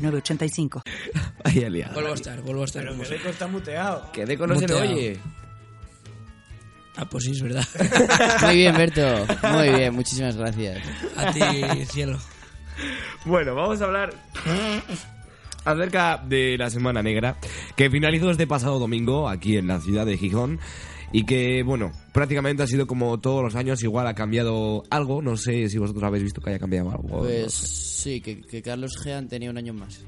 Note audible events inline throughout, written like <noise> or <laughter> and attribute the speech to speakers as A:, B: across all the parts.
A: 985.
B: Ahí aliado.
C: Vuelvo a estar, vuelvo a estar.
D: Pero
C: como
D: que
C: sea.
D: Rico está muteado.
B: Quedé con ese
C: Muteado.
B: oye.
C: Ah, pues sí, es <laughs> verdad.
E: Muy bien,
B: <laughs>
E: Berto. Muy bien, muchísimas gracias.
C: A ti, cielo.
B: Bueno, vamos a hablar acerca de la Semana Negra, que finalizó este pasado domingo aquí en la ciudad de Gijón. Y que, bueno, prácticamente ha sido como todos los años, igual ha cambiado algo. No sé si vosotros habéis visto que haya cambiado algo. no
E: Pues
B: sé. <laughs>
E: sí, que, que Carlos Gean tenía un año más.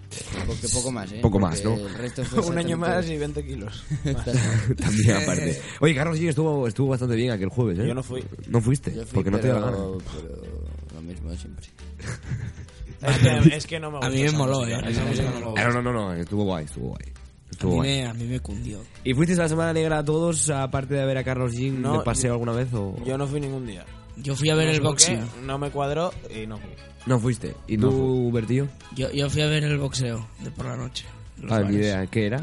E: Po- que poco más, ¿eh?
B: Poco más,
E: Porque
B: ¿no?
E: el resto fue
D: <laughs> Un año más
E: exactamente-
D: y 20 <laughs> kilos.
E: <laughs>
B: También aparte. Oye, Carlos, sí, estuvo, estuvo bastante bien aquel jueves, ¿eh?
D: Yo no fui.
B: ¿No fuiste?
E: Yo
B: <laughs>
E: fui,
B: porque no te dio la gana.
E: pero- pero lo mismo de siempre.
D: Es que, es que no me gusta
C: A mí me
D: esa
C: moló,
D: música.
C: eh. Esa música me moló.
B: Ah, No, no, no, no, estuvo guay, estuvo guay.
C: A
B: Estuvo
C: mí
B: guay.
C: me, a mí me cundió.
B: ¿Y fuisteis a la Semana Negra a todos, aparte de ver a Carlos Jean
D: No,
B: de paseo
D: yo-
B: alguna vez? O...
D: Yo no fui ningún día.
C: Yo fui a ver
D: No
C: el
D: sé por qué,
C: boxeo.
D: No me cuadró y no fui.
B: No fuiste. ¿Y tú, Bertillo?
C: Yo, yo fui a ver el boxeo de por la noche. en los
B: Ah, ni
C: bares.
B: idea. ¿Qué era?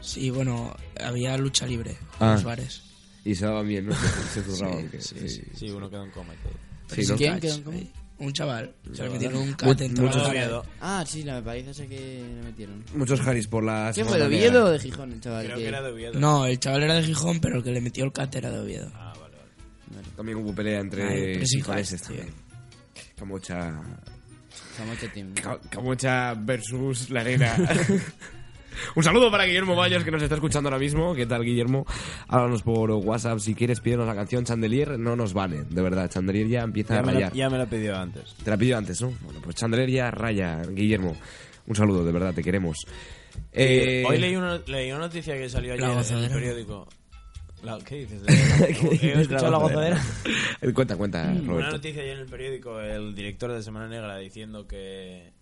C: Sí, bueno, había lucha libre en
B: Ah.
C: los bares.
B: Y se daba <laughs> bien, ¿no? Se zurraban. que- sí,
D: Sí, uno quedó en coma y todo.
B: Sí, ¿no?
E: ¿Quién
C: Catch,
E: quedó en coma?
C: ahí. Un chaval. Se le metieron un cat en toda
D: Mucho
C: la cara.
D: miedo.
E: Ah, sí, la paliza esa que le metieron.
B: Muchos Harris por las...
E: ¿Quién fue, de Oviedo o de Gijón, el chaval?
D: Creo
E: que-
D: que era de Oviedo.
C: No, el chaval era de Gijón, pero el que le metió el cat era de Oviedo.
B: También hubo pelea
C: Ay,
B: entre
C: tres
B: gijoneses
C: hijas, tío.
B: también. Camocha...
E: Camacho Team.
B: Ca- Camocha versus la <laughs> arena. Un saludo para Guillermo Bayos que nos está escuchando ahora mismo. ¿Qué tal, Guillermo? Háblanos por WhatsApp si quieres, pídenos la canción Chandelier. No nos vale, de verdad. Chandelier ya empieza
D: Ya
B: a
D: me, lo,
B: rayar.
D: ya me lo pidió antes.
B: Te la pidió antes, ¿no? Bueno, pues Chandler ya raya. Guillermo, un saludo, de verdad, te queremos. Eh,
D: Hoy leí una, leí una noticia que salió ayer
C: La
D: en el
C: gozadera.
D: periódico. La- ¿Qué dices? ¿He escuchado la gozadera?
B: <laughs> cuenta,
E: Mm,
B: cuenta,
D: Una
B: Roberto.
D: noticia ayer en el periódico, el director de Semana Negra diciendo que...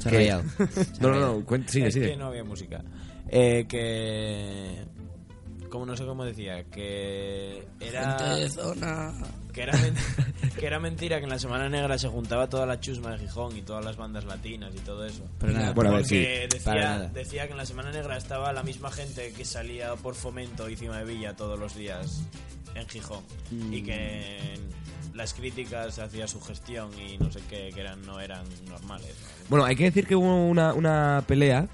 E: Se ha rayado.
B: No, no, no, cuenta, sigue,
D: es que
B: sigue.
D: no había música. Eh, que... Como no sé cómo decía, que era...
C: Gente de zona.
D: Que era, men- <laughs> que era mentira que en la Semana Negra se juntaba toda la chusma de Gijón y todas las bandas latinas y todo eso.
E: Pero nada.
B: Bueno, a ver, sí.
D: Porque
E: para
D: decía,
E: nada.
D: decía que en la Semana Negra estaba la misma gente que salía por fomento y Cima de Villa todos los días en Gijón. Y que las críticas hacia su gestión y no sé qué, que eran, no eran normales. ¿no?
B: Bueno, hay que decir que hubo una, una pelea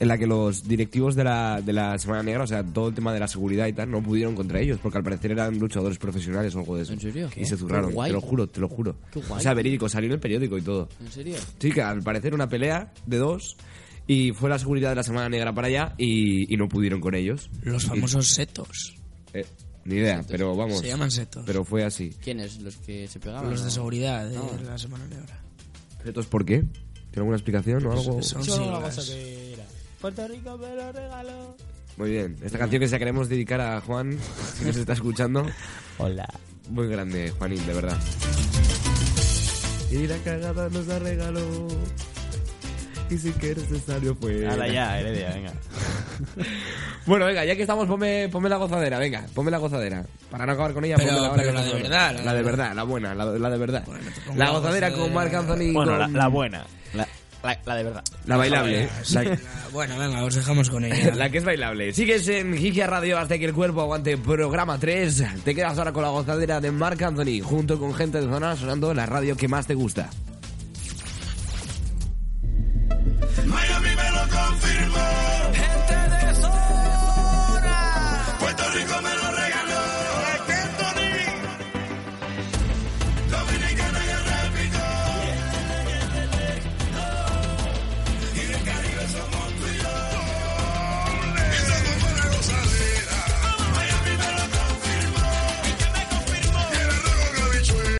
B: en la que los directivos de la, de la Semana Negra, o sea, todo el tema de la seguridad y tal, no pudieron contra ellos, porque al parecer eran luchadores profesionales o algo de eso.
E: ¿En serio?
B: Y se zurraron,
E: Qué guay.
B: te lo juro, te lo juro.
E: Qué guay.
B: O sea, verídico, salió en el periódico y todo.
E: ¿En serio?
B: Sí, que al parecer una pelea de dos y fue la seguridad de la Semana Negra para allá y, y no pudieron con ellos.
C: Los
B: Y-
C: famosos setos.
B: eh, ni idea, pero vamos.
C: Se llaman setos.
B: Pero Ah. fue así.
E: ¿Quiénes? ¿Los que se pegaban?
C: Los
E: o-
C: de seguridad de la Semana Negra.
B: ¿Entonces por qué? ¿Tiene alguna explicación o algo?
C: Son siglas.
D: Puerto Rico me lo regaló.
B: Muy bien. Esta canción que se la queremos dedicar a Juan, si nos está
C: <laughs>
B: escuchando.
D: Hola.
B: Muy grande, Juanín, de verdad. Y la cagada nos la regaló. Y sin que necesario fue.
D: Hala ya, Heredia, venga.
B: <laughs> Bueno, venga, ya que estamos, ponme, ponme la gozadera, venga, ponme la gozadera. Para no acabar con ella,
C: Pero-
B: ponme la,
C: pero la de verdad,
B: La,
C: la
B: de
C: de
B: verdad, la buena, la, la de verdad.
C: Bueno, te pongo
B: la
C: la
B: gozadera
C: gozadera.
B: con Marc Anthony. y
D: Bueno,
B: con-
D: la, la buena. La, la- la de verdad.
B: la bailable. La,
C: Bueno, venga, os dejamos con
B: <laughs>
C: ella.
B: la que es bailable. Sigues en Gigia Radio hasta que el cuerpo aguante programa 3. Te quedas ahora con la gozadera de Marc Anthony junto con gente de zona sonando la radio que más te gusta.